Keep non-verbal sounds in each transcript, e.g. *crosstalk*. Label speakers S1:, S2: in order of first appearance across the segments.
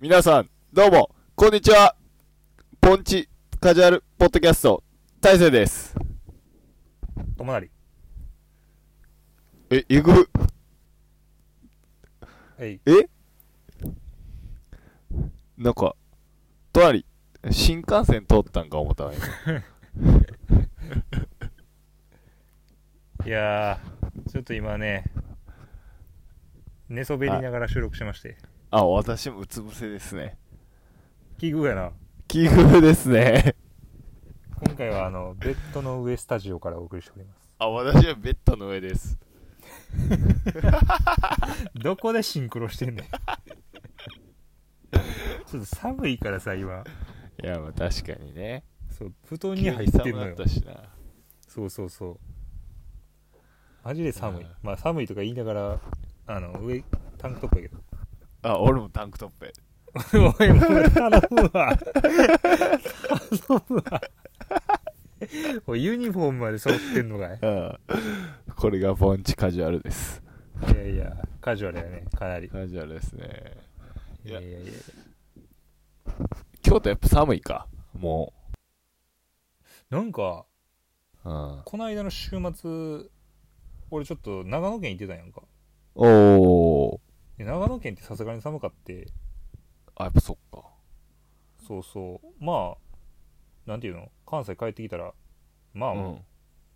S1: 皆さん、どうも、こんにちは。ポンチカジュアルポッドキャスト、大勢です。
S2: ともなり。
S1: え、えぐ、
S2: はい。
S1: えなんか、隣、新幹線通ったんか思ったわ、今
S2: いやー、ちょっと今ね、寝そべりながら収録しまして。
S1: あ、私もうつ伏せですね。
S2: 奇遇やな。
S1: 奇遇ですね。
S2: 今回はあの、ベッドの上スタジオからお送りしております。
S1: あ、私はベッドの上です。
S2: どこでシンクロしてんね *laughs* ん。ちょっと寒いからさ、今。
S1: いや、まあ確かにね。
S2: そう、布団に入ってんの
S1: 急に寒
S2: よ
S1: かっ。たしな。
S2: そうそうそう。マジで寒い
S1: うん。
S2: まあ寒いとか言いながら、あの、上、タンクトップやけど。
S1: あ、俺もタンクトップや。
S2: おい、もう頼むわ。頼むわ。おいユニフォームまで揃ってんのかい
S1: うんこれがポンチカジュアルです。
S2: いやいや、カジュアルやね、かなり。
S1: カジュアルですね。
S2: いやいやいや。
S1: 京都やっぱ寒いか。も
S2: なんか、
S1: う。うん。
S2: この間の週末、俺ちょっと長野県行ってたんやんか。
S1: おー。
S2: で長野県ってさすがに寒かって、
S1: あ、やっぱそっか。
S2: そうそう。まあ、なんていうの関西帰ってきたら、まあ、
S1: うん。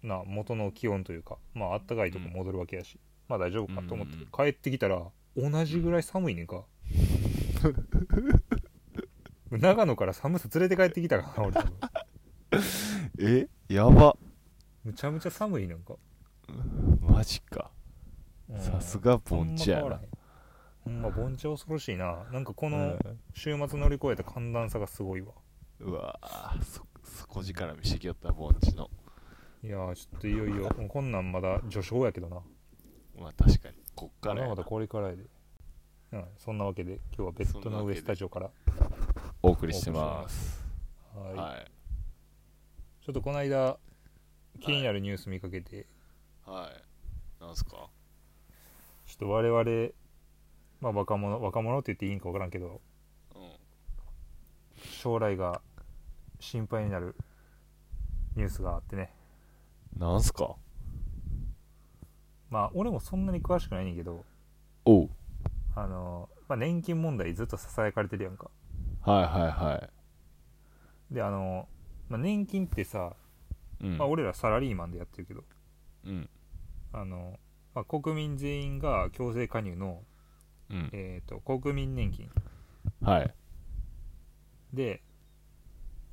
S2: な、元の気温というか、まあ、あったかいとこ戻るわけやし、まあ大丈夫かと思って、
S1: うんうん
S2: 帰ってきたら、同じぐらい寒いね
S1: *laughs*
S2: んか。長野から寒さ連れて帰ってきたからな、俺多分。
S1: えやば。
S2: むちゃむちゃ寒いなんか。
S1: マジか。
S2: うん
S1: さすがポンチやな。。
S2: ほんま変わらへん、ほんま、盆地は恐ろしいな。なんかこ
S1: う
S2: の
S1: ん
S2: 週末乗り越えた寒暖差がすごいわ。
S1: うわぁ、そ、底力見してきよった、ポンチの。
S2: いやー、ちょっといよいよ、もうこんなんまだ序章やけどな。
S1: まあ確かに。こっから
S2: まだ
S1: や
S2: まだ
S1: な
S2: これからやで。うん、そんなわけで、今日はベッドの上スタジオから。
S1: お送りしてます。
S2: はい
S1: はい。
S2: ちょっとこの間、気になるニュース見かけて、
S1: はい。なんすか
S2: ちょっと我々、まあ若者、若者って言っていいんか分からんけど、
S1: うん。
S2: 将来が心配になるニュースがあってね。
S1: なんすか
S2: まあ俺もそんなに詳しくないねんけど、
S1: おう。
S2: あの、まあ年金問題ずっと囁かれてるやんか。
S1: はいはいは
S2: で、あの、まあ年金ってさ、
S1: い。うん。
S2: まあ俺らサラリーマンでやってるけど、
S1: うん。
S2: あの、まあ国民全員が強制加入の、
S1: うん。
S2: えっ、と、国民年金。
S1: はい。
S2: で、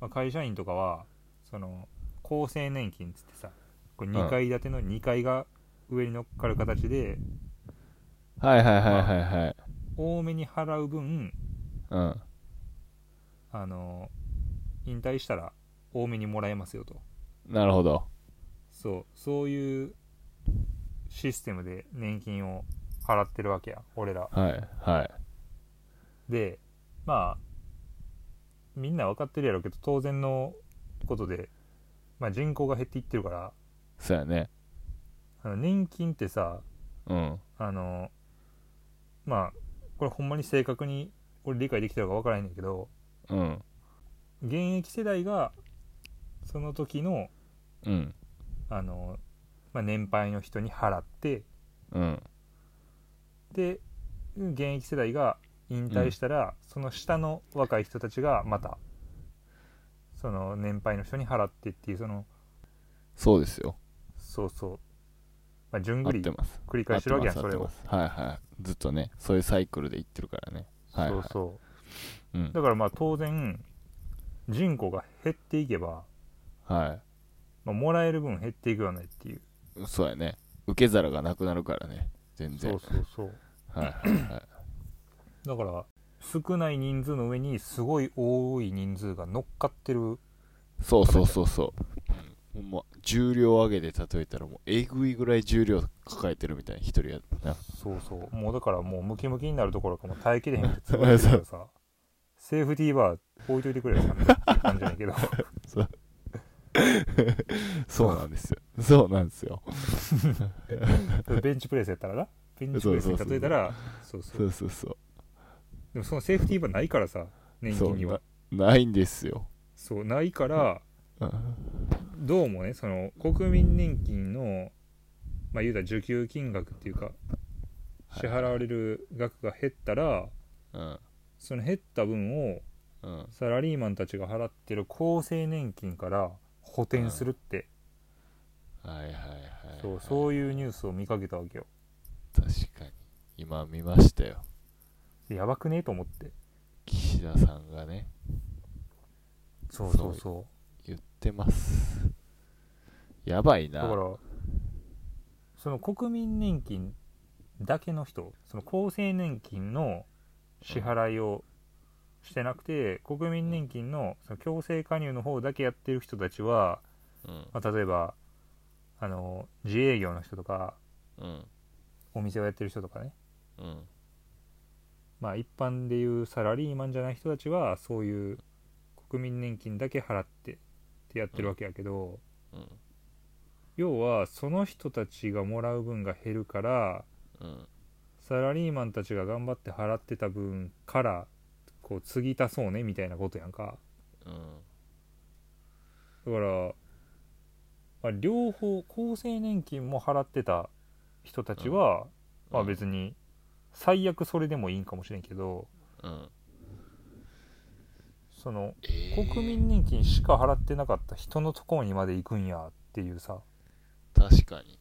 S2: まあ、会社員とかはその厚生年金っつってさこれ
S1: ん
S2: 2階建ての2階が上に乗っかる形で
S1: はいはいはいはいはい。
S2: 多めに払う分
S1: うん。
S2: あの引退したら多めにもらえますよと
S1: なるほど。
S2: そうそういうシステムで年金を払ってるわけや俺ら
S1: はい、はい。
S2: でまあみんな分かってるやろうけど当然のことで、まあ、人口が減っていってるから
S1: そうやね。
S2: あの年金ってさ
S1: うん。
S2: あの、まあ、これほんまに正確に俺理解できてるかわからないんだけど、
S1: うん。
S2: 現役世代が、その時の、
S1: うん。
S2: あの、まあ、年配の人に払って、
S1: うん。
S2: で、現役世代が引退したら、その下の若い人たちがまた、その年配の人に払ってっていう、その、
S1: そうですよ。
S2: そうそう、まあ、順
S1: 合
S2: 繰
S1: っ
S2: り
S1: てます。
S2: 繰り
S1: 合
S2: 返
S1: っ
S2: し
S1: て
S2: てるわけ
S1: ま
S2: やん、
S1: す。
S2: そ
S1: 合って
S2: れを
S1: ま。す。はいはい。ずっとね、そういうサイクルで行ってるからね。はい、
S2: そ
S1: は
S2: う
S1: い。
S2: そうう。
S1: ん。
S2: だからまあ当然、人口が減っていけば、
S1: は
S2: まあ、もらえる分減っていくよねっていう
S1: い。そうやね。受け皿がなくなるからね。全然。
S2: そうそう
S1: はいはいはい。
S2: だから少ない人数の上にすごい多い人数が乗っかってる
S1: そうそうそうそう。うん、ほんま、重量上げで例えたらもう、えぐいぐらい重量抱えてるみたいな、一人やな。
S2: そうそうもうだからもうムキムキになるところかもう耐えきれへんってつぶれてる *laughs* からさセーフティーバー置いといてくれよそんなっていう感じだけど
S1: そうなんですよ。 *laughs* そうなんですよ。
S2: *laughs* ベンチプレスやったらなベンチプレスに例えたらそうそう
S1: そうそうそう。
S2: でもそのセーフティーはないからさ年
S1: そ
S2: 金
S1: う
S2: には
S1: なないんですよ、
S2: そうないから
S1: うん
S2: どうもねその国民年金のまあ言うたら受給金額っていうか
S1: はい
S2: 支払われる額が減ったら
S1: うん
S2: その減った分を
S1: うん、
S2: サラリーマンたちが払ってる厚生年金から補填するって
S1: はいはいはい、はい、
S2: そうそういうニュースを見かけたわけよ
S1: 確かに今見ましたよ
S2: やばくねと思って
S1: 岸田さんがね
S2: そうそうそ
S1: 言ってますやばいうな
S2: だからその国民年金だけの人その厚生年金の支払いをしてなくて国民年金のその強制加入の方だけやってる人たちは、
S1: うん
S2: まあ、例えばあの自営業の人とか
S1: うん
S2: お店をやってる人とかね
S1: うん
S2: まあ一般でいうサラリーマンじゃない人たちはそういう国民年金だけ払ってってやってるわけやけど、
S1: うん
S2: 要はその人たちがもらう分が減るから
S1: うん
S2: サラリーマンたちが頑張って払ってた分からこう継ぎ足そうねみたいなことやんか
S1: うん
S2: だから、まあ、両方厚生年金も払ってた人たちは、まあ別に最悪それでもいいんかもしれんけど
S1: うん
S2: その
S1: えー
S2: 国民年金しか払ってなかった人のところにまで行くんやっていうさ
S1: 確かに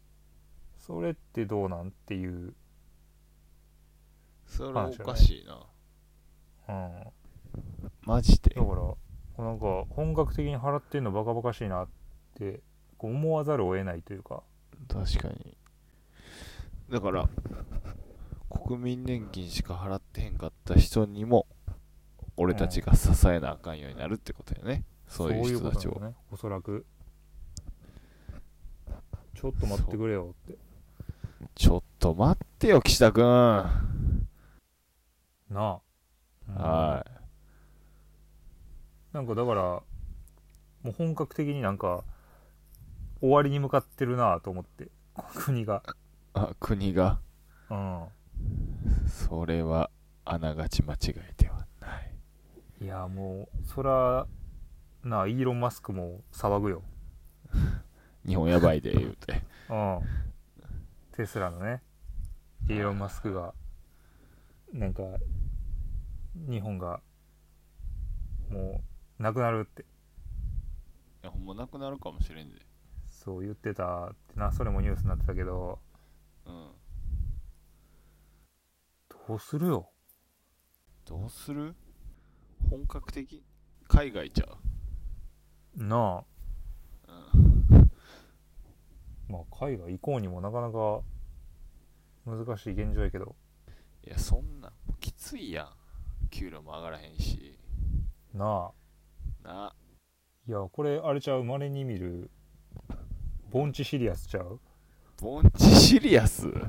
S2: それってどうなんっていう、
S1: それ
S2: まあ
S1: おかしいな
S2: うん、だ
S1: マジで
S2: からこうなんか本格的に払ってんのバカバカしいなってこう思わざるを得ないというか
S1: 確かにだから国民年金しか払ってへんかった人にも俺たちが支えなあかんようになるってことやね、そういう人たち
S2: そ
S1: を
S2: ういうことなんだねおそらくちょっと待ってくれよって
S1: ちょっと待ってよ岸田君
S2: なあ、
S1: はい
S2: なんかだからもう本格的になんか終わりに向かってるなあと思って国が
S1: あ国が
S2: うん
S1: それはあながち間違いではない
S2: いやもうそらなあイーロン・マスクも騒ぐよ、
S1: 日本やば *laughs* いで言うて
S2: うん、テスラのねイーロン・マスクがなんか日本がもうなくなるって
S1: いやほんまなくなるかもしれんで
S2: そう言ってたってなそれもニュースになってたけど
S1: うん
S2: どうするよ
S1: どうする本格的海外ちゃ
S2: なあ
S1: う、うん、
S2: まあ海外行こうにもなかなか難しい現状やけど
S1: いやそんなんもうきついやん給料も上がらへんし
S2: なあ
S1: ない
S2: やこれあれちゃうまれに見る盆地シリアスちゃう
S1: 盆地シリアス *laughs*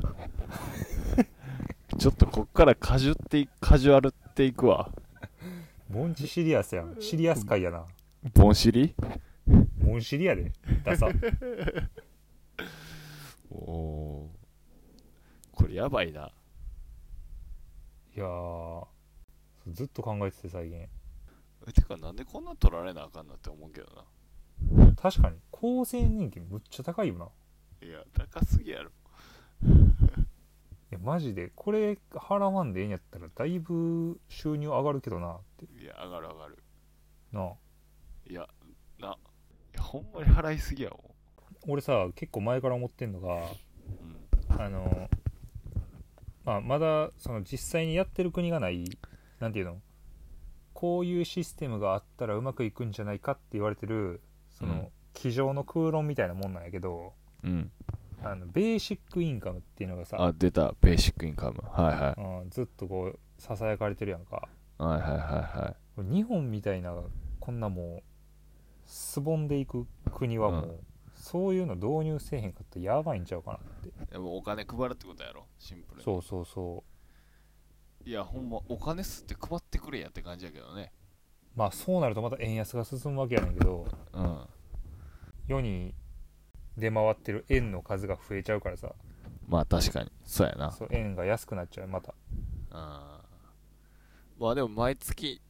S1: ちょっとこっからカジュっていカジュアルっていくわ
S2: 盆地シリアスやんシリアス界やな
S1: 盆シリ
S2: モンシリアでダサ
S1: おおーこれやばいない
S2: やーずっと考えてて最近
S1: えてかなんでこんな取られなあかんなって思うけどな
S2: 確かに厚生年金むっちゃ高いよない
S1: いや高すぎやろ
S2: やマジでこれ払わんでええんやったらだいぶ収入上がるけどなって
S1: いや上がる上がる
S2: なあ
S1: いやないやほんまに払いすぎやも
S2: 俺さ結構前から思ってんのが
S1: ん、うん、
S2: あの、まあ、まだその実際にやってる国がないなんていうのこういうシステムがあったらうまくいくんじゃないかって言われてるその、
S1: うん
S2: 机上の空論みたいなもんなんやけど
S1: うん、
S2: あのベーシックインカムっていうのがさ
S1: あ出たベーシックインカムはいは
S2: うん、ずっとこうささやかれてるやんか
S1: いはいはいはいはい
S2: これ日本みたいなこんなもうすぼんでいく国はもう、
S1: う
S2: そういうの導入せえへんかったらやばいんちゃうかなって
S1: でもお金配るってことやろシンプルに
S2: そうそうそ
S1: いやほんまお金すって配ってくれやって感じやけどね
S2: うまあそうなるとまた円安が進むわけやねんけど
S1: うん
S2: 世に出回ってる円の数が増えちゃうからさ
S1: まあ確かにそうやな
S2: そう円が安くなっちゃうまた
S1: あまあでも毎月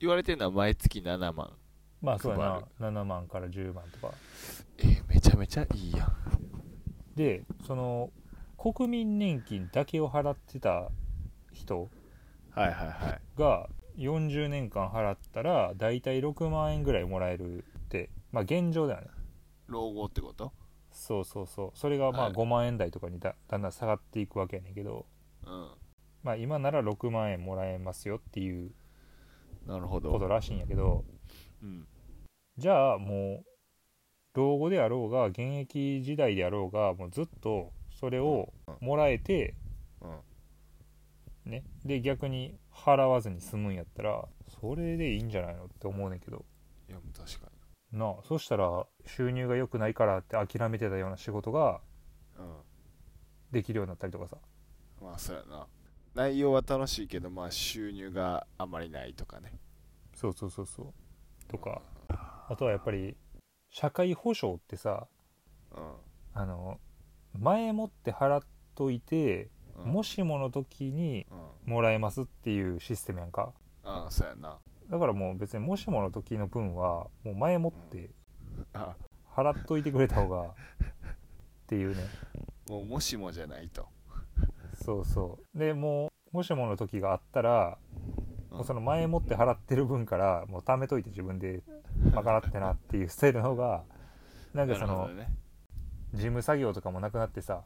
S1: 言われてるのは毎月7万
S2: まあそうや
S1: 配
S2: な
S1: る
S2: 7万から10万とか
S1: えーめちゃめちゃいいやん
S2: でその国民年金だけを払ってた人
S1: はいはいはい
S2: が40年間払ったら大体6万円ぐらいもらえるってまあ現状だよね
S1: 老後ってこと
S2: そうそうそうそれがま
S1: は
S2: あ
S1: い
S2: 5万円台とかにだだんだん下がっていくわけやねんけど、
S1: うん
S2: まあ、今なら6万円もらえますよっていう
S1: なるほど
S2: ことらしいんやけど
S1: うん
S2: じゃあもう老後であろうが現役時代であろうがもうずっとそれをもらえて、
S1: うん
S2: ね、で逆に払わずに済むんやったらそれでいいんじゃないのって思うねんけど
S1: いやもう確か
S2: なあそしたら収入が良くないからって諦めてたような仕事が
S1: にうん
S2: できるようになったりとかさ
S1: まあそうやな内容は楽しいけどまあ収入があまりないとかね
S2: そうそうそうそうとかあとはやっぱり社会保障ってさ
S1: うん、
S2: あの前もって払っといて
S1: うん、
S2: も
S1: し
S2: しもの時に
S1: うん
S2: もらえますっていうシステムやんか
S1: ああそうやな *laughs*
S2: だからもう別にもしもの時の分はもう前もって
S1: あ
S2: 払っといてくれた方 *laughs* がっていうね
S1: もうもしもじゃないと
S2: そうそうでもうもしもの時があったらもうその前もって払ってる分からもう貯めといて自分で賄ってなっていうスタイルの方がなんかそ
S1: なる
S2: の
S1: ほどね
S2: 事務作業とかもなくなってさ、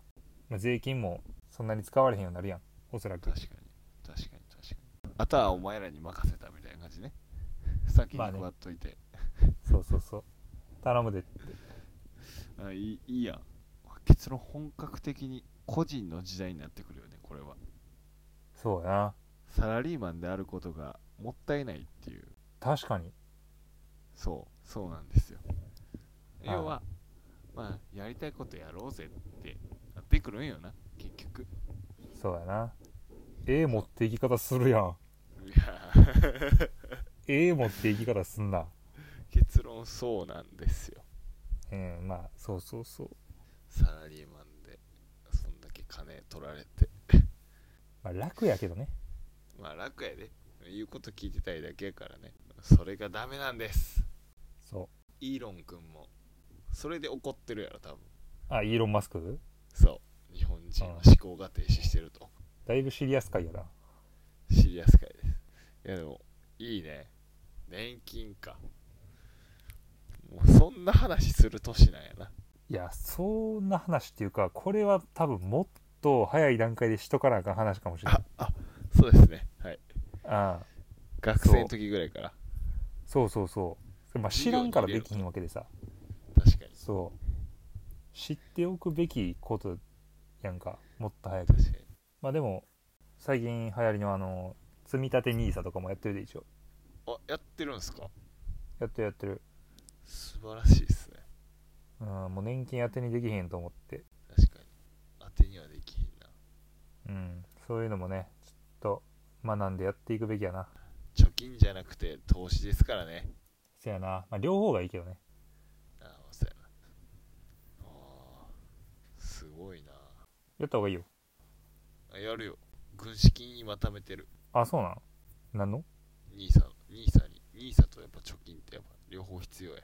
S2: まあ税金もそんなに使われへんようになるやんおそらく
S1: 確かに確かに確かにあとはお前らに任せたみたいな感じね *laughs* 先に
S2: まあね
S1: 配っといて、
S2: そうそうそう頼むで
S1: あいいいいやん結論本格的に個人の時代になってくるよねこれは
S2: そうやな
S1: サラリーマンであることがもったいないっていう
S2: 確かに
S1: そうそうなんですよ
S2: はい
S1: 要はまあやりたいことやろうぜってなってくるんよな結局
S2: そうやなええ持っていき方するやん
S1: いや
S2: ええ持っていき方すんな
S1: *laughs* 結論そうなんですよ
S2: うんまあそうそうそう、
S1: サラリーマンでそんだけ金取られて
S2: まあ、楽やけどね
S1: まあ楽やで言うこと聞いてたいだけやからねそれがダメなんです
S2: そう
S1: イーロン君もそれで怒ってるやろ多分
S2: あイーロン・マスク
S1: そう日本人は思考が停止してると
S2: だいぶシリアス会やな
S1: シリアス会ですいやでもいいね年金かもうそんな話する年なんやない
S2: やそんな話っていうかこれは多分もっと早い段階でしとかなあかん話かもしれない
S1: ああそうですねはい
S2: ああ
S1: 学生の時ぐらいから
S2: そうそうそうまあ知らんからできひんわけでさ
S1: 確かに
S2: そう知っておくべきことやんかもっと早く
S1: 確かに
S2: まあでも最近流行りのあの積み立て NISA とかもやってるで一応
S1: あやってるんすか
S2: やってるやってる
S1: 素晴らしいですね
S2: うんもう年金当てにできへんと思って
S1: 確かに当てにはできひんな
S2: うんそういうのもねちょっと学んでやっていくべきやな
S1: 貯金じゃなくて投資ですからね
S2: せやな、まあ、両方がいいけどね
S1: ああそうやなあーすごいな
S2: やった方がいいよ
S1: あやるよ軍資金今貯めてる
S2: あそうなのなんの
S1: 兄さん兄さんに兄さんとやっぱ貯金ってやっぱ両方必要や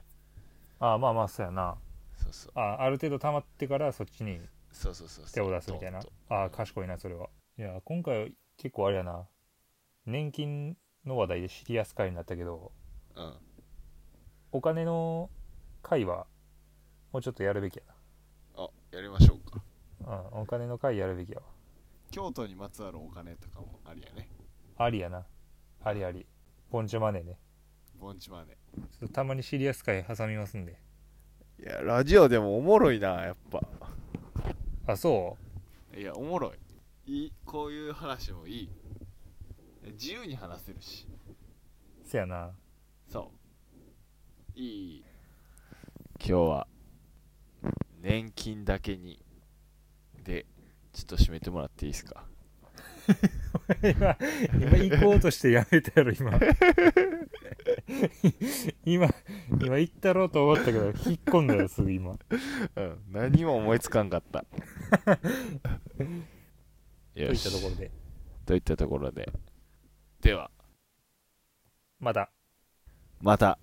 S2: あまあまあそうやな
S1: そうそう
S2: あある程度溜まってからそっちに
S1: そうそうそうそう
S2: 手を出すみたいな
S1: ドンと
S2: ああ賢いなそれはいや今回結構あれやな年金の話題でシリアス会になったけど
S1: うん
S2: お金の会はもうちょっとやるべきや
S1: あやりましょうか
S2: なうんお金の会やるべきやわ
S1: 京都にまつわるお金とかもありやね
S2: ありやなありありポンチョマネーね
S1: 盆地まで
S2: ちょっとたまにシリアス会挟みますんで
S1: いやラジオでもおもろいなやっぱ
S2: あそう
S1: いやおもろいいいこういう話もいい自由に話せるし
S2: せやな
S1: そういい今日は年金だけにでちょっと締めてもらっていいですか
S2: 今今行こうとしてやめたやろ今今今行ったろうと思ったけど引っ込んだよすぐ今
S1: うん何も思いつかんかった
S2: *laughs* とい
S1: よ
S2: った
S1: し
S2: ところで
S1: といったところででは
S2: また
S1: また